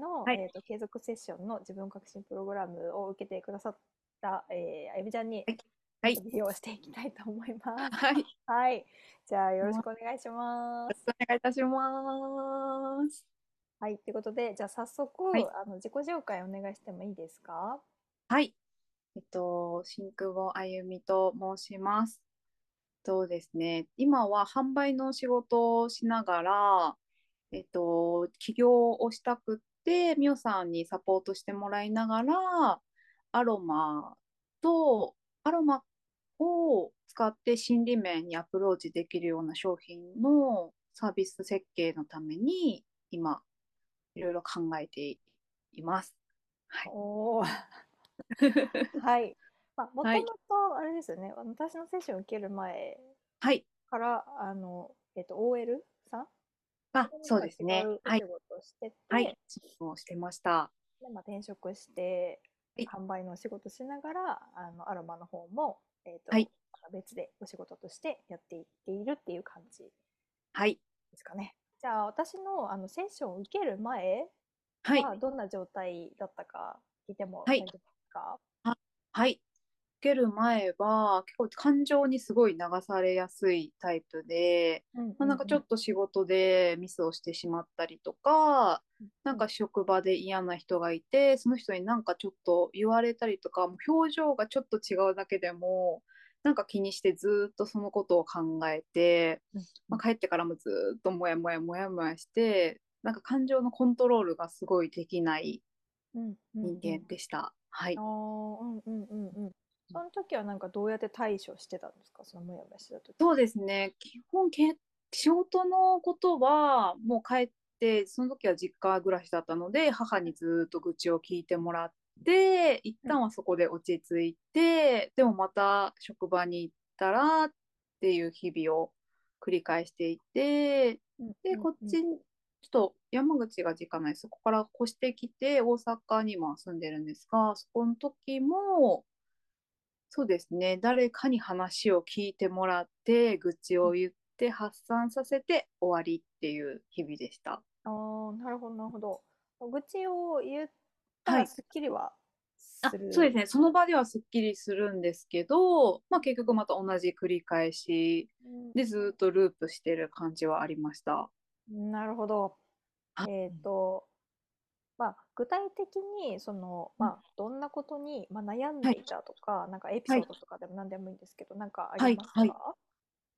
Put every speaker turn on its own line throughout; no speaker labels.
はい
えーと継続セッションの自分革新プログラムを受けてくださった、えーあゆみちゃんに
はい
利用していきたいと思います。
はい。よ
はい。じゃあ、よろしくお願いしま
ろ
す
し。くお願いいたします。
はい。ということで、じゃあ、早速、
はい
あの自己紹介お願いしてもいいですか
はい。えっと、真空後あゆみと申します。そうですね。今は販売の仕事をしながら、えっと、起業をしたくって、みおさんにサポートしてもらいながら、アロマと、アロマを使って心理面にアプローチできるような商品のサービス設計のために、今、いろいろ考えています。 はい。
おー はい。まあ、もと
はい
もと、あれですよね、あの私のセッション受ける前
はい。
から、あの、えっと、OL さん
あ、そうですね
違う。お
は
仕
い。
事をしてて、
はい。そうしてました。
でまあ、転職して、
はい
販売のお仕事しながら、あのアロマの方も、えーと
はい
また別でお仕事としてやっていっているっていう感じで
はい。
すかね。じゃあ、私のあのセッションを受ける前
はい。
はどんな状態だったか聞いても
は
大
い
丈夫ですか、
はい。受ける前は、結構感情にすごい流されやすいタイプで、
うん
まあ、なんかちょっと仕事でミスをしてしまったりとか
うん、
なんか職場で嫌な人がいて、その人になんかちょっと言われたりとか、もう表情がちょっと違うだけでも、なんか気にしてずーっとそのことを考えて、まあ、帰ってからもずーっともやもやもやもやして、なんか感情のコントロールがすごいできない
人
人間でした。はい
あ。ーうんうんうんうん。その時はなんかどうやって対処してたんですかそのモヤモヤしてた時。
そうですね。基本け、仕事のことはもう帰って、その時は実家暮らしだったので、母にずーっと愚痴を聞いてもらって、一旦はそこで落ち着いて、でもまた職場に行ったらっていう日々を繰り返していて、で、こっち、ちょっと山口が実家ない、そこから越してきて、大阪に今住んでるんですが、そこの時も、そうですね、誰かに話を聞いてもらって、愚痴を言って、発散させて終わりっていう日々でした。
ああ、なるほど、なるほど。愚痴を言った
は
ら
い
すっきりは
あ
する。
そうですね、その場ではすっきりするんですけど、まあ、結局また同じ繰り返し
うん
で、ずっとループしてる感じはありました。
なるほど。
はい
えっと、まあ、具体的に、その、
うん
まあ、どんなことに、まあ、悩ん
は
で
い
いたとか、なんかエピソードとかでも何でもいいんですけど、なんかあ
は
り
い
ます
はい
か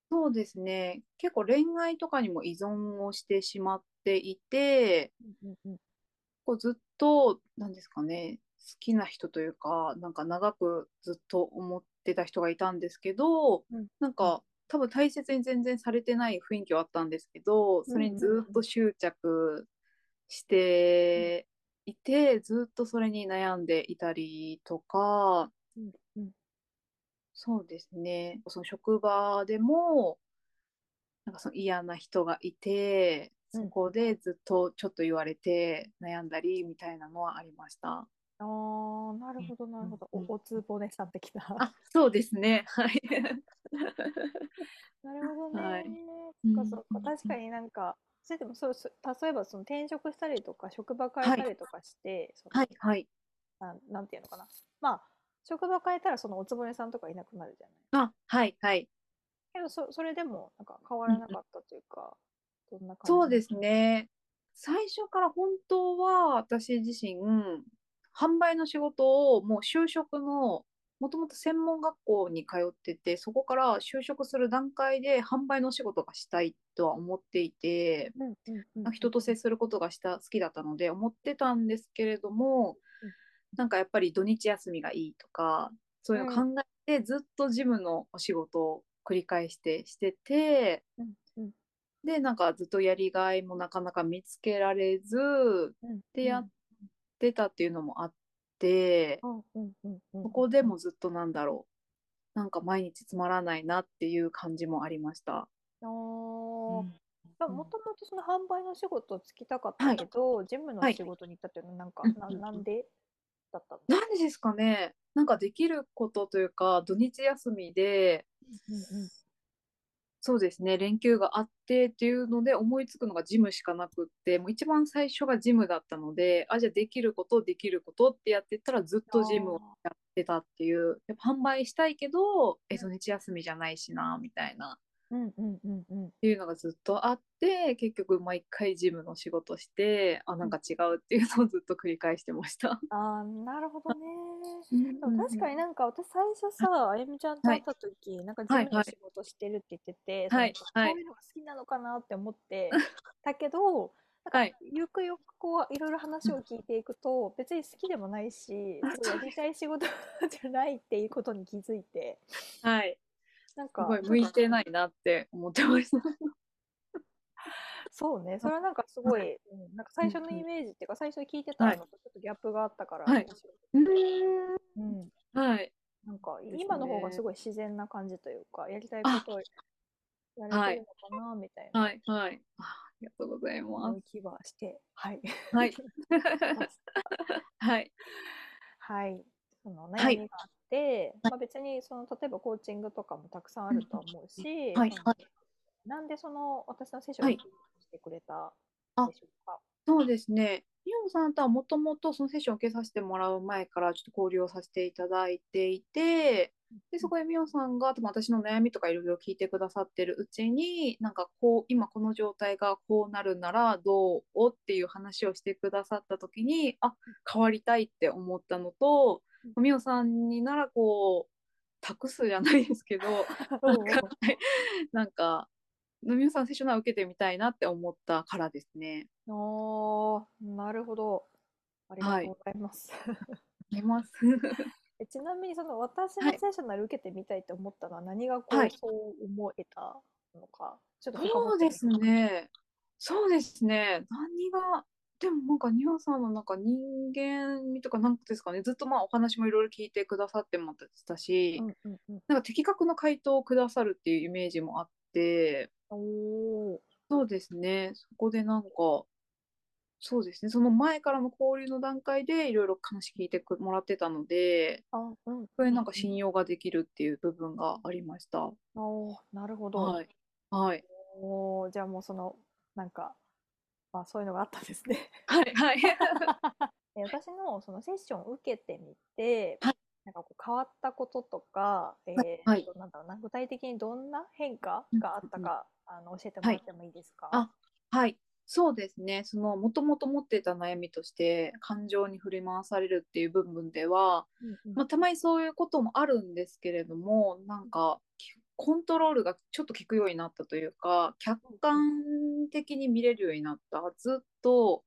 そうですね。結構恋愛とかにも依存をしてしまっていて、
うんうんうん
こうずっと、なんですかね、好きな人というか、なんか長くずっと思ってた人がいたんですけど、
うん
なんか多分大切に全然されてない雰囲気はあったんですけど、それにずっと執着していて、ずっとそれに悩んでいたりとか、
うんうん
そうですね。その職場でも、なんかその嫌な人がいて、
う
そ
ん
こでずっとちょっと言われて悩んだりみたいなのはありました。
あーなるほど、なるほど。
うんうん
お、おつぼねさん的な。
あ、そうですね。はい。
なるほどね。
はい
そっか
うん
そっ
うんう
か。
ん
確かになんか、それでもそうそう、例えばその転職したりとか、職場変え
はい
たりとかして、その
はい、はい。
なん、なんていうのかな。まあ、職場変えたらそのおつぼねさんとかいなくなるじゃない。
あ、はい、はい。
けど、そ、それでもなんか変わらなかったというか、どんな感じ。
そうですすね。最初から本当は私自身、販売の仕事をもう就職の、もともと専門学校に通ってて、そこから就職する段階で販売のお仕事がしたいとは思っていて、
うんうんうん
なんか人と接することがした好きだったので思ってたんですけれども
うん
なんかやっぱり土日休みがいいとかそういうの考えてずっとジムのお仕事を繰り返してしてて
うんうん
でなんかずっとやりがいもなかなか見つけられず
うん
でやってたっていうのもあって
うんうんうんうん
ここでもずっとなんだろうなんか毎日つまらないなっていう感じもありました。
あー
うん
もともとその販売の仕事つきたかった
はい
けど、ジムの
はい
仕事に行ったっていうのはなんか、
うん
な、
うんうん
なんでだったの
なんでですかね、なんかできることというか、土日休みで、
うんうん
そうですね連休があってっていうので思いつくのがジムしかなくってもう一番最初がジムだったのであじゃあできることできることってやってたらずっとジムをやってたっていうやっぱ販売したいけどえ土日休みじゃないしなみたいな
うんうんうんうん
っていうのがずっとあって結局毎回ジムの仕事してあなんか違うっていうのをずっと繰り返してま した。
あーなるほどねで
うん
も確かになんか私最初さあゆみちゃんと会った時なんかジ
はい
ムの
はい
仕事してるって言ってて
はい
その
はい
そういうのが好きなのかなって思 ってたけど
はい、
ゆくゆくこういろいろ話を聞いていくと別に好きでもない し
あ
すごいやりたい仕事 じゃないっていうことに気づいて
はい、
なん
す
か
ごい向いてないなって思ってました。
そうねそれはなんかすごい、うんなんか最初の
うんうん
イメージっていうか最初に聞いてた
は
の
い
とちょっとギャップがあったから、
はい
面白い
うん
うん、
はい、
なんか
すね
今の方がすごい自然な感じというかやりたいことをやれ
は
て
い
るのかなみたいな
はい、はい。あありがとうございま
思い気はしてはい。
す。はい、 はい、
はい、その
は
悩
い
みがあって、まあ、別にその例えばコーチングとかもたくさんあると思うし、
はい
その
はい
なんでその私のセッション
は
に
い
してくれた
あ
でしょう か。
そうですね。美穂さんとはもともとそのセッションを受けさせてもらう前からちょっと交流をさせていただいていて、でそこで美穂さんが多分私の悩みとかいろいろ聞いてくださってるうちに、なんかこう、今この状態がこうなるならどうっていう話をしてくださった時に、あ、変わりたいって思ったのと、美穂さんにならこう、託すじゃないですけど、なんか、はいなんか、美穂さんセッションは受けてみたいなって思ったからですね。
おおーなるほど。ありが
は
と
いう
ございます。
います。
えちなみにその私の
はい
セッションなら受けてみたいと思ったのは何がこう、
はい
そう思えたのか。ちょっと深掘
そう
って
ですね。そうですね。何が、でもなんか、ニワさんのなんか人間味とか、なんですかね、ずっとまあお話もいろいろ聞いてくださってましたし、
みて。うんうんうん。
なんか的確な回答をくださるっていうイメージもあって、
おお。
そうですね。そこでなんか、そうですね。その前からの交流の段階でいろいろ話聞いてくもらってたので、
あ、うん。
これなんか信用ができるっていう部分がありました。
おお、なるほど。
はい。はい。
おお、じゃあもうその、なんか、まあそういうのがあったんですね。
はい。はい。
で私のそのセッションを受けてみて、
はい
なんかこう変わったこととか、え
は
ー
い
と、なんだろうな、具体的にどんな変化
うん
があった
うん
か、あの、教えてもら
はい
ってもいいですか
あはい、そうですね。そのもともと持ってた悩みとして感情に振り回されるっていう部分では、
うんうん
まあ、たまにそういうこともあるんですけれども、なんかきコントロールがちょっと効くようになったというか、客観的に見れるようになった。ずっと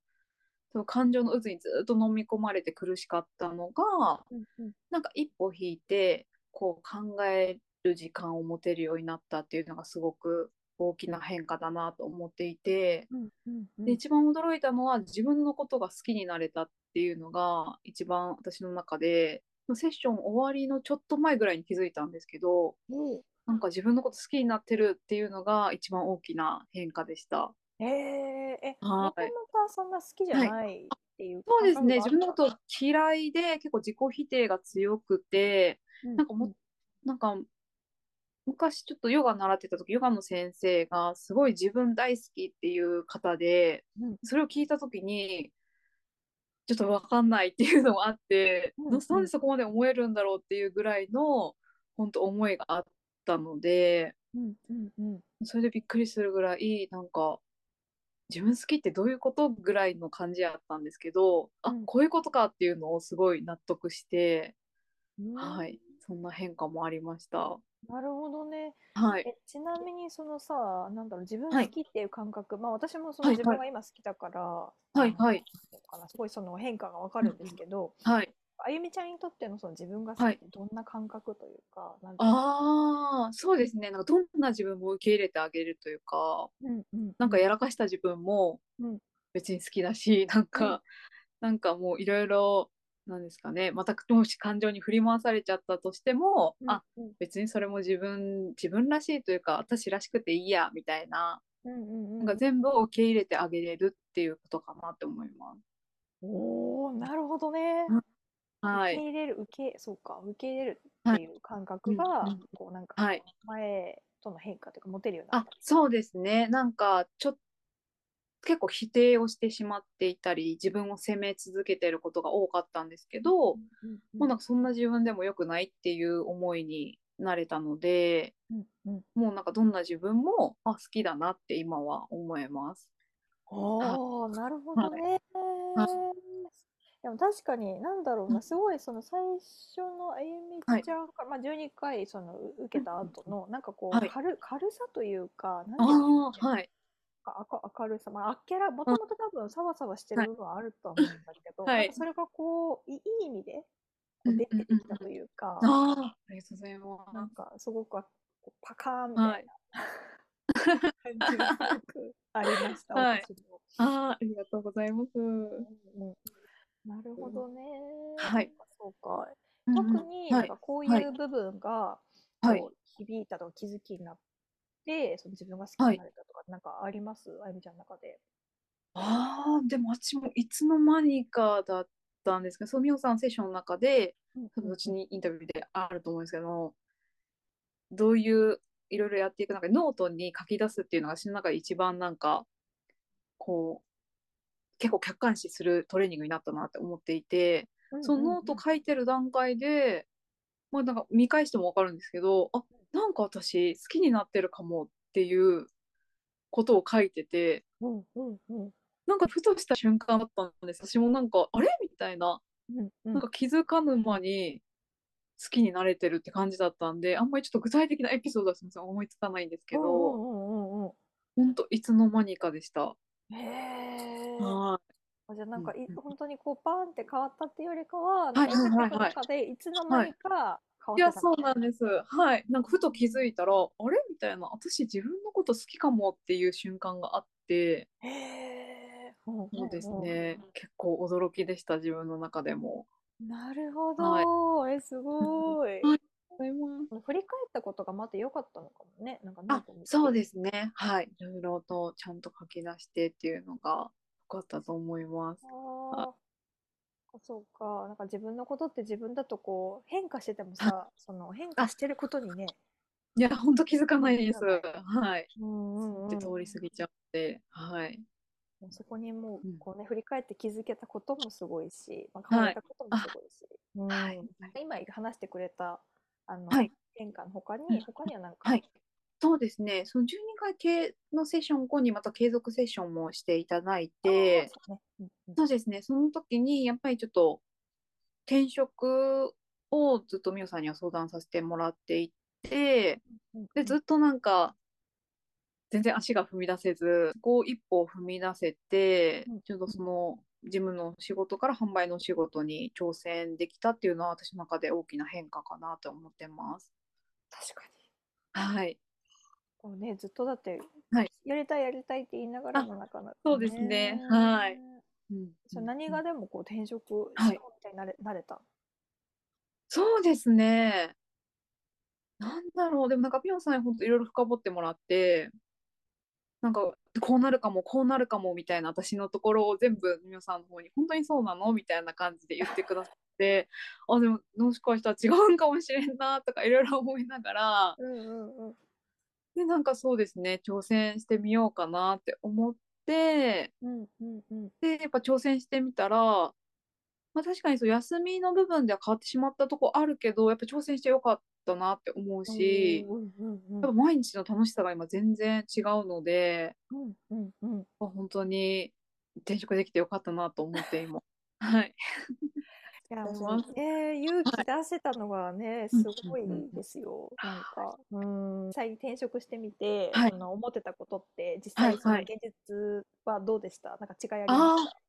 その感情の渦にずっと飲み込まれて苦しかったのが、
うんうん
なんか一歩引いてこう考える時間を持てるようになったっていうのがすごく大きな変化だなと思っていて、
うんうんうん
で一番驚いたのは自分のことが好きになれたっていうのが一番私の中でセッション終わりのちょっと前ぐらいに気づいたんですけど
お
なんか自分のこと好きになってるっていうのが一番大きな変化でした。
ーえーえ、も
はい
ともとはそんな好きじゃ
はい
ないっていう
そうですね、
感覚
自分
が
の
あ
こ
った
と嫌いで、結構自己否定が強くて、なんかも
うんうん
なんか昔ちょっとヨガ習ってた時ヨガの先生がすごい自分大好きっていう方で、
うん
それを聞いた時にちょっと分かんないっていうのもあって、
うん
ななん
うん
でそこまで思えるんだろうっていうぐらいの本当思いがあったので
うんうんうん
それでびっくりするぐらいなんか自分好きってどういうことぐらいの感じやったんですけど、あ
うん
こういうことかっていうのをすごい納得して、
うん
はいそんな変化もありました。
なるほどね。
はい、
え、ちなみにそのさ、なんだろう、自分
は
好
い
きっていう感覚、まあ私もその
はい
自分
は
が今好きだから、
はい、
あの
はい、
なんていうのかなすごいその変化がわかるんですけど、
はい
あゆみちゃんにとってのその自分が好き
は
っ
い
てどんな感覚というか、なんだろ
ああ、そうですね。なんかどんな自分も受け入れてあげるというか、
う。うんうん
なんかやらかした自分も
うん
別に好きだし、なんか、なんかもういろいろ、なんですかね、またもし感情に振り回されちゃったとしても、
うん
あ、
うん
別にそれも自分、自分らしいというか、私らしくていいや、みたいな、
うんうん
な
う
んか
ん。
全部を受け入れてあげれるっていうことかなって思います。
おお、なるほどね。
うん
受
は
け
い。
入れる、受け、そうか、受け入れる
は
っ
い
ていう感覚
うん
が
うん、
こうなんか
はい
前との変化というかモテるようになっ
あそうですねなんかちょ結構否定をしてしまっていたり自分を責め続けてることが多かったんですけど、
たうん
もうなんかそんな自分でも良くないっていう思いになれたので
うんうん
もうなんかどんな自分もあ好きだなって今は思えます。
おーなるほどね。
はい
でも確かに何だろう
う
なんすごいその最初のあゆ
は
み
い
ちゃんから、まあ、12回そのう受けた後のなんかこう
はい
軽軽さというかなん
あ
ていうんです
あ
かね あ
はい
か明るさ、まあ、あっけらもともと多分サバサバしてる
はい
部分はあるとは思うんだけど、
は
な
い
んかそれがこういいい意味でこう出てきたというか、
ああありがとうござい
な
ま
ん
す。
かすごくあこうパカーンみた
はい
いな感じがすごくありました、
はい
私も。
あーありがとうございます。
うんうんなるほどね。
はい
そうか。
うんう
特
ん
に
は
なん
い
かこう
はいいう
部分が
はい
こう響いたとか気づきになって、その自分が好き
は
に
い
なれたとかなんかありますあゆみちゃんの中で。
ああ、でも私もいつの間にかだったんですけど、そう、ミホさんセッションの中で、
うん
多分後にインタビューであると思うんですけど、どういう、いろいろやっていく中で、ノートに書き出すっていうのが私の中で一番なんか、こう、結構客観視するトレーニングになったなって思っていて、
うん
そのノート書いてる段階で、まあなんか見返してもわかるんですけど、あ、なんか私好きになってるかもっていうことを書いてて、
うんうんうん
なんかふとした瞬間だったんです。私もなんか、あれみたいな、
うんうん
なんか気づかぬ間に好きになれてるって感じだったんで、あんまりちょっと具体的なエピソードはすみません、思いつかないんですけ
うん
ど、
うんうんうん
ほんといつの間にかでした。
うん。へー
は
あじゃあなんか
うん
い
うんうん
本当にこうバーンって変わったっていうよりかは、なん
はい
か生き
は
て
い
いく
はい
中でいつの
は
間
い
にか変わっ
い。いや、
てたみ
そう
たい
なん
な。
です。はい。なんかふと気づいたら、あれみたいな、私自分のこと好きかもっていう瞬間があって、
へーうん
そうです
うんうん。
ね、結構驚きでした、自分の中でも。
なるほ
はい。
ど。え、すごい。
はいありがとうございます
振り返ったことがまた良かったのかもね。なんかノー
あ、
ト見
そう
て。
ですね。はい。いろいろとちゃんと書き出してっていうのがよかったと思います。あ、
ああ、そうか。なんか自分のことって自分だとこう変化してても
あ、
さ、その変化
あ
してることにね、
いや、ほんと気づか
気
ない
づ
です。
かない。
はい。
う
すっ
んう
て
ん
通
うん。
り過ぎちゃって、はい。
もうそこにもう
うん、
こうね、振り返って気づけたこともすごいし、まあ、変わ
は
れ
い。
たこともす
あ、
ごいし。う
はい。
ん。今話してくれた、あ
は
の、
い。
変化の他
うん
に、他にはなんか、
はい。そうですね。その12回系のセッション後にまた継続セッションもしていただい
ああ、
て、
そうね。うんうん。
そうですね。その時にやっぱりちょっと転職をずっとみおさんには相談させてもらっていて、
うん
で、
う
ず
ん。
っとなんか、全然足が踏み出せず、そこを一歩踏み出せて、
うん
ちょっと
うん。
その事務の仕事から販売の仕事に挑戦できたっていうのは私の中で大きな変化かなと思ってます。
確かに。
はい。
もうね、ずっとだって
はい。
やりたいやりたいって言いながら
あ、
もなかなか
そうですね。はい。
ね
うんう
そうん何
う
が
ん
でもこう転職し
は
よ
い。
うみたいになれ、なれた
そうですね。なんだろう。でもなんかピョンさんに本当いろいろ深掘ってもらって、なんかこうなるかも、こうなるかもみたいな私のところを全部皆さんの方に本当にそうなのみたいな感じで言ってくださって、あ、でももしかしたら違うんかもしれんなとかいろいろ思いながら、
うんうんうん
で、なんかそうですね、挑戦してみようかなって思って、
うんうんうん
で、やっぱ挑戦してみたら、まあ確かにそう休みの部分では変わってしまったとこあるけど、やっぱ挑戦してよかったなって思う
お
し、
ーうんうんう
やっ
ん
ぱ毎日の楽しさが今全然違うので、
うんうんうん
まあ本当に転職できてよかったなと思って今。 はい。
いや
思い
も
ます。
うね勇
は
気
い。
出せたのがね
うん
す
う
ご
んうん
い
うん。
ですよなん
は
かうん実際に転職してみて
い。は
そ
い。
の思ってたことって実
はい。
際そ
は
の
い
現実はどうでしたなんか違いありまし
ああ、
た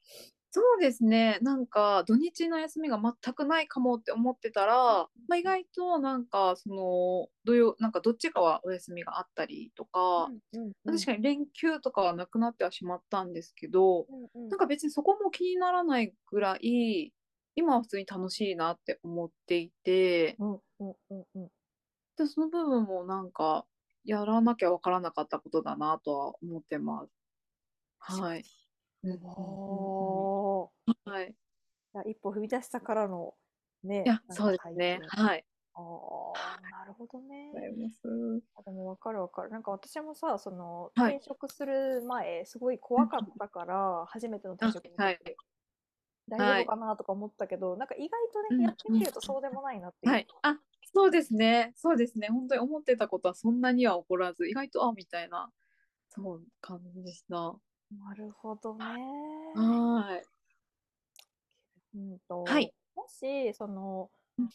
そうですね。なんか土日の休みが全くないかもって思ってたら、まあ、意外となんかその土曜、なんかどっちかはお休みがあったりと
う
か、
んうんう
確
ん
かに連休とかはなくなってはしまったんですけど、
うんうんう
なんんか別にそこも気にならないぐらい、今は普通に楽しいなって思っていて、
うんうんうんうん
で、その部分もなんか、やらなきゃわからなかったことだなとは思ってます。
確か
はい。
に
うんうんうんうん。
おー
はい。
いや一歩踏み出したからの
い
ね、
や、
なん
そう
か体
ですね。
験。
はい。
ああ、なるほどね。
ございます。
あでも分かる分かる。なんか私もさ、その
はい
転職する前、すごい怖かったから、初めての転職に、
あはい
大
は
丈
い
夫かなとか思ったけど、なんか意外と
うん
ね、やってみるとそうでもないなっていう。
はい。あ、そうですね。そうですね。本当に思ってたことはそんなには起こらず、意外と、あ、みたいな、そう、感じでした。は
なるほどね。
ーい。
うんと、
はい
もし、その、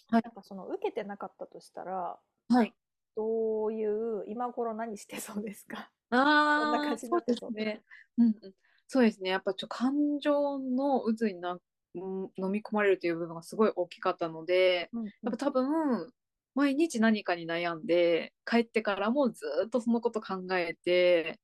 はい。
なんかその受けてなかったとしたら、
はい。
どういう、今頃何してそうですか
あ
こんな感
あ、
じに
そ
な
う
って
で
そ
す
う
ね。うんうん、そうですね。やっぱちょ感情の渦にな、うん飲み込まれるという部分がすごい大きかったので、
うんうん
やっぱ多分、毎日何かに悩んで、帰ってからもずっとそのこと考えて、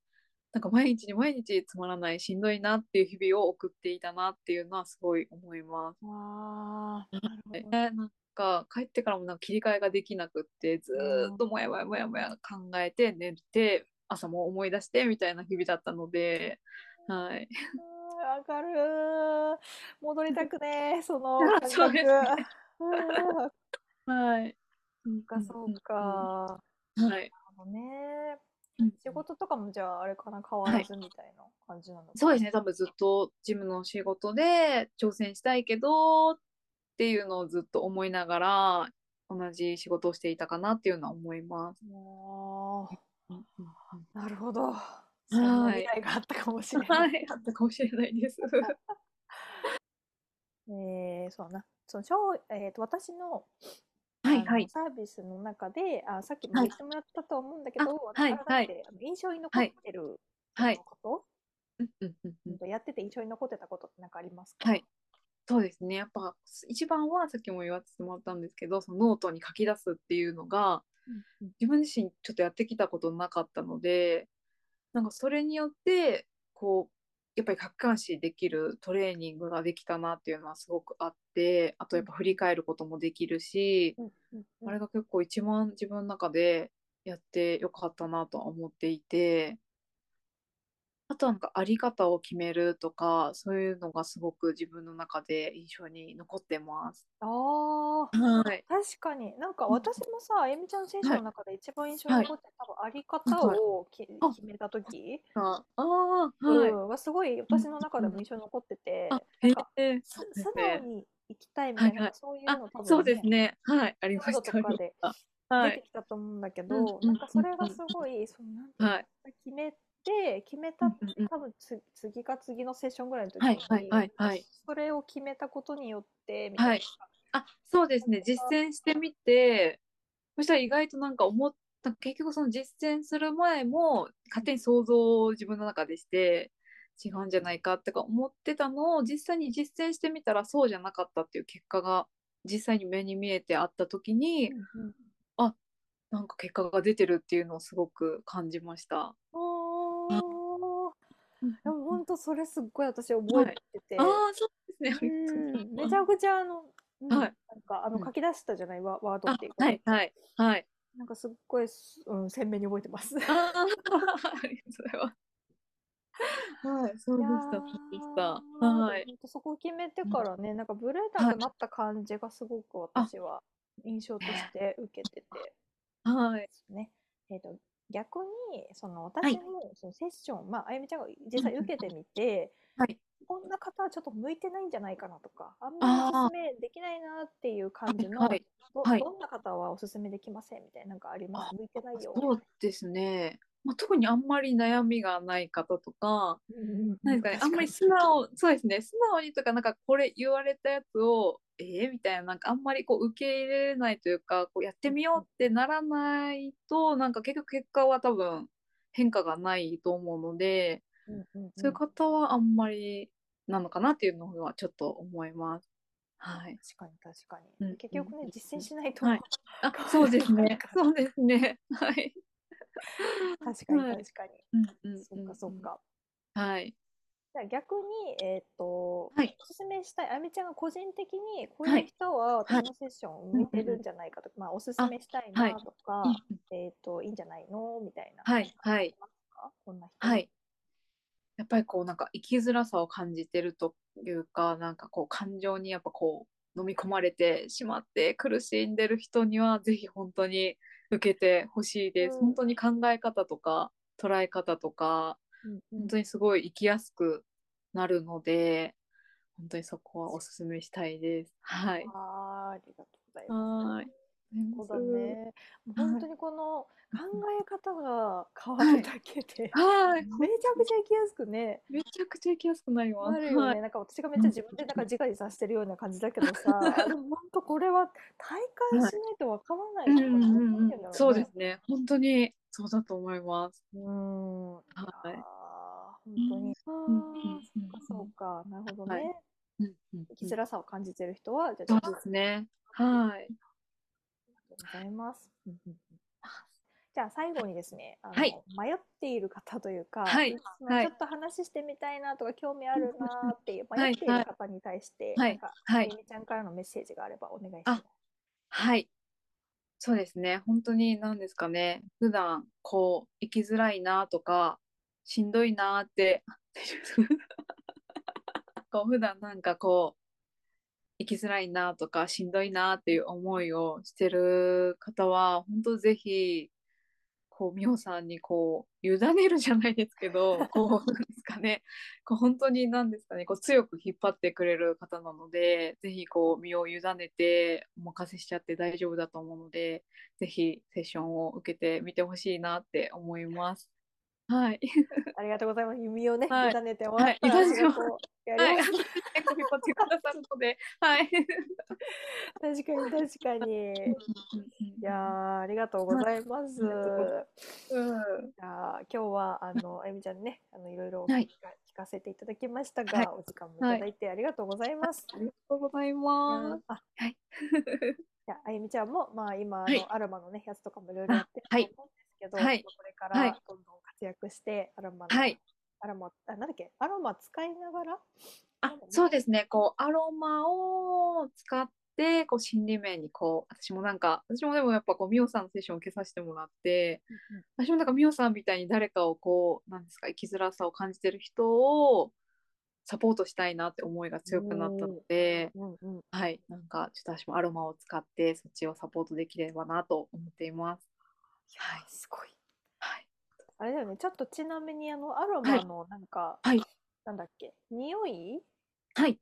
なんか毎日に毎日つまらない、しんどいなっていう日々を送っていたなっていうのはすごい思います。
わあ、なるほ
え
どね。
なんか帰ってからもなんか切り替えができなくってずーっともやもやもやもや考えて寝て朝も思い出してみたいな日々だったので、はい、
うんわかる。戻りたくね え、その感
そう
覚。
ですね
うんわ
はい、
かそうか。
うん、はい、
なるほどね。
うん
仕事とかもじゃああれかな、変わ
は
ら
い
ずみたいな感じなのか
そうですね。多分ずっとジムの仕事で挑戦したいけどっていうのをずっと思いながら同じ仕事をしていたかなっていうのは思います。
な。も
うんうんうん
うなるほど。そんな未
は
来があったかもしれな。
はいい、あったかもしれないです。
えー、そうだな。その商えーと、私の、
は
あ
い
の
はい。
サービスの中で、あ、さっきも
は
言
い
ってもらったと思うんだけ
あ
ど、
はい
私改め
は
てあの印象に残ってる
はい。
こと、
うんうんうんうん
やってて印象に残ってたことって何かありますか
はい、そうですね。やっぱ一番はさっきも言わせてもらったんですけど、そのノートに書き出すっていうのが
うんうん
自分自身ちょっとやってきたことなかったので、なんかそれによってこうやっぱり客観視できるトレーニングができたなっていうのはすごくあって、あとやっぱ振り返ることもできるし、
うんうんうん
あれが結構一番自分の中でやってよかったなとは思っていて、あとはなんかあり方を決めるとか、そういうのがすごく自分の中で印象に残ってます。
ああ、
はい。
確かに。なんか
うん
私もさ、あゆみちゃん選手
は
の
い
中で一番印象に
はい
残ってる、多分あり
はいはい
方をき
あ
決めた時
ああー、
う
はい。
んはすごい私の中でも印象に残ってて、
あ、
な
へ
んか
え。
す
そうです
素直
ね。
に生きたいみ
は
たい
い
な、な
は
ん
い
か。そういう
あ
の多、
そう
分
で
ね、
すね。はい。ありま
カード
した。
と
あ
か
り
で
ましたは
出て
い。
きたと思うんだけ
うん
ど、
うん
なんかそれ
う
が
ん
すごい、そのなんていう
はい。
の決めて、決めた、
うんうんうん
多分つ次か次のセッションぐらいの時
はい
に、
はい
な
は
ん
い
か
はい。
それを決めたことによって、みたいな。
はい。あ、そうですね。実践してみて、そしたら意外となんか思った、結局その実践する前も勝手に想像を自分の中でして、違うんじゃないかとか思ってたのを実際に実践してみたらそうじゃなかったっていう結果が実際に目に見えてあった時に、
うんうん
あ、なんか結果が出てるっていうのをすごく感じました。
おーでも
あ
本当それすっごい私覚えてて、
あー、そうですね。ありがとうござい
うん
ま
め
す
ちゃくちゃあの、うんな
は
ん
い
かあ
う
の
ん
書き出したじゃないワワードっ
あ
ていうか、
はいはいはい。
なんかすっごいす、うん、鮮明に覚えてます。
ああ、ありがとうございます。はい、そうでした、そうでした。はい。
本当そこ決めて
うん
からね、なんかブレ
は
なく
い
なった感じがすごく
あ
私は印象として受けてて
はい。
ね。えっと、逆に、その
はい
私もそのセッション、まあ、あゆみちゃんが実際受けてみて、
はい。
こんな方はちょっと向いてないんじゃないかなとか、あんまりお
あー
すすめできないなっていう感じの、
はい。
ど、
はい
どんな方はおすすめできませんみたいな、なんかありま
あ
す向いてないよ。
そうですね。まあ、特にあんまり悩みがない方とか、なんですかね、あんまり素直、そうですね、素直にとか、なんかこれ言われたやつを、えー、みたいな、なんかあんまりこう受け入れれないというか、こうやってみようってならないと、なんか結局結果は多分変化がないと思うので、そういう
確
方はあんまりなのかなっていうのはちょっと思います。はい。
かに確か
うんう
に。
ん
結局ね、実践しないと、
はい
確
あ、 そうですね。
変
そうですね。はい。
かに
はい
確かに。
うんうん
そっかそっ。か。
はい。
じゃあ逆に、えっと、
はい。
おすすめしたい、あゆみちゃんが個人的に、こういう人は私のセッション向いてるんじゃないかとか、まあ、おすすめしたい
はい
なとか
うんうん
えっと、いいんじゃないのみたいな。
はいはい
なんかありますか。こんな人。
はい。やっぱりこうなんか生きづらさを感じてるというか、なんかこう感情にやっぱこう飲み込まれてしまって苦しんでる人にはぜひ本当に受けてほしいです、
うん
本当に考え方とか捉え方とか本当にすごい生きやすくなるので本当にそこはおすすめしたいです。はい。
あーありがとうございます。
はい。
そうだね。もう
はい
本当にこの考え方が変わるだけで、
はい。
めちゃくちゃ生きやすくね、
めちゃくちゃ行きやすくなります。
なるよ
は
ね。
い。
なんか私がめっちゃ自分でなんか自画自賛してるような感じだけど さ、でも本当これは体感しないとわから
う
なんいところ
うん
なんだ
うん
よね
うん。そうですね。本当にそうだと思います。
うーん。はいいやー。本当に。
うん
あー
うん
そうか、なるほど
はい
ね。
うんうん
生きづらさを感じてる人は、じゃあち
そ
ょ
う
っと
ですね。は
あ
い。
りがとうございます。うんうんうんじゃあ最後にですね、あの
はい
迷っている方というか、
はい
その
はい
ちょっと話してみたいなとか興味あるなーっていう
うんうん
迷ってい
はいは
る
い
方に対して、
はい
なんか、
はい
みみちゃんからのメッセージがあればお願いします。
はい。そうですね。本当に何ですかね。普段こう生きづらいなとか、しんどいなって。大丈夫です かこう普段なんかこう生きづらいなとかしんどいなっていう思いをしてる方は本当ぜひこう美穂さんにこう委ねるじゃないですけどこうなんですかねこう本当に何ですかねこう強く引っ張ってくれる方なのでぜひこう身を委ねてお任せしちゃって大丈夫だと思うのでぜひセッションを受けてみてほしいなって思います。はい、
ありがとうございます。弓をね、
はい
委ねてもらった
は
ら
い委ねてもら
仕事をや
は
り
い、
ます。
結構引っ張ってくださるので、はい。
確かに確かに。いやーありがとうございます。
ありがとうございまうん
じゃあ今日はあのあゆみちゃんにねあのいろいろ
はい
聞か聞かせていただきました
はい
がお時間もいただいてありがとうございます。
ありがとうござ
い
い
や
ま
ーあ
はい
じゃああゆみちゃんもまあ今あ
はい
のアロマのねやつとかもいろいろやってる
あはい
と思うんですけどこ
は
れ
い
か
は
ら
い
どんどん活躍してアロマの
す。はい。
アロマあなんだっけアロマ使いながら
あ、そうですね。こう、アロマを使って、こう、心理面に、こう、私もなんか、私もでもやっぱ、こう、ミオさんのセッションを受けさせてもらって、私もなんか、ミオさんみたいに誰かを、こう、なんですか、生きづらさを感じてる人を、サポートしたいなって思いが強くなったので、
うんうん
はい、なんか、ちょっと私もアロマを使って、そっちをサポートできればなと思っています。はい、
すごい
はい。
あれだよねちょっとちなみにあのアロマのなんか
はい
なんだっけ匂い
はい。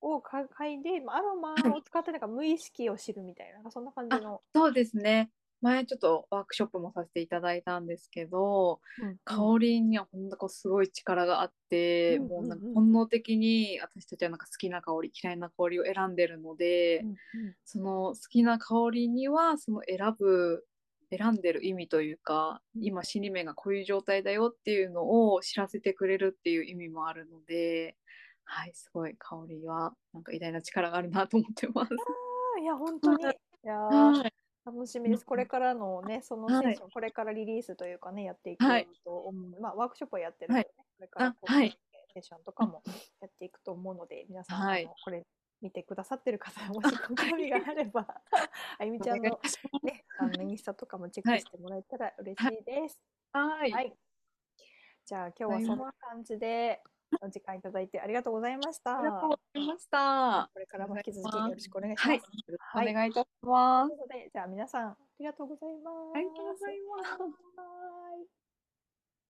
をか嗅いで、まあ、アロマ
はい
を使ってなんか無意識を知るみたいな、なんかそんな感じの。
そうですね。前ちょっとワークショップもさせていただいたんですけど、香りにはほんとこうすごい力があって、
うん
もうなんか
うんうん
本能的に私たちはなんか好きな香り嫌いな香りを選んでるので、その好きな香りにはその選ぶ選んでる意味というか
うん
今心理面がこういう状態だよっていうのを知らせてくれるっていう意味もあるので、はい、すごい香りはなんか偉大な力があるなと思ってます。
あーいや、本当に。い
は
やー、
はい、
楽しみです。これからのね、そのセ
は
ッ
い
ション、これからリリースというかね、やっていく
はい
と思う。まあ、ワークショップはやってるけどね、これから
あ
こう
はい
セッションとかもやっていくと思うので、皆さん、
はい
あのこれ見てくださってる方、もしご興味があれ ば、あゆみちゃん
お願
の
いします
ね、あのインスタとかもチェックしてもらえたら嬉しいです。
はい
はい。じゃあ今日はそんな感じでお時間いただいてありがとうございました。
ありがとう
こ
ございました。
れからも引き続きよろしくお願いします。
はい、よろしくお願いいたします。
ということで、じゃあ皆さんありがとうございます。
ありがとうございます
はーい。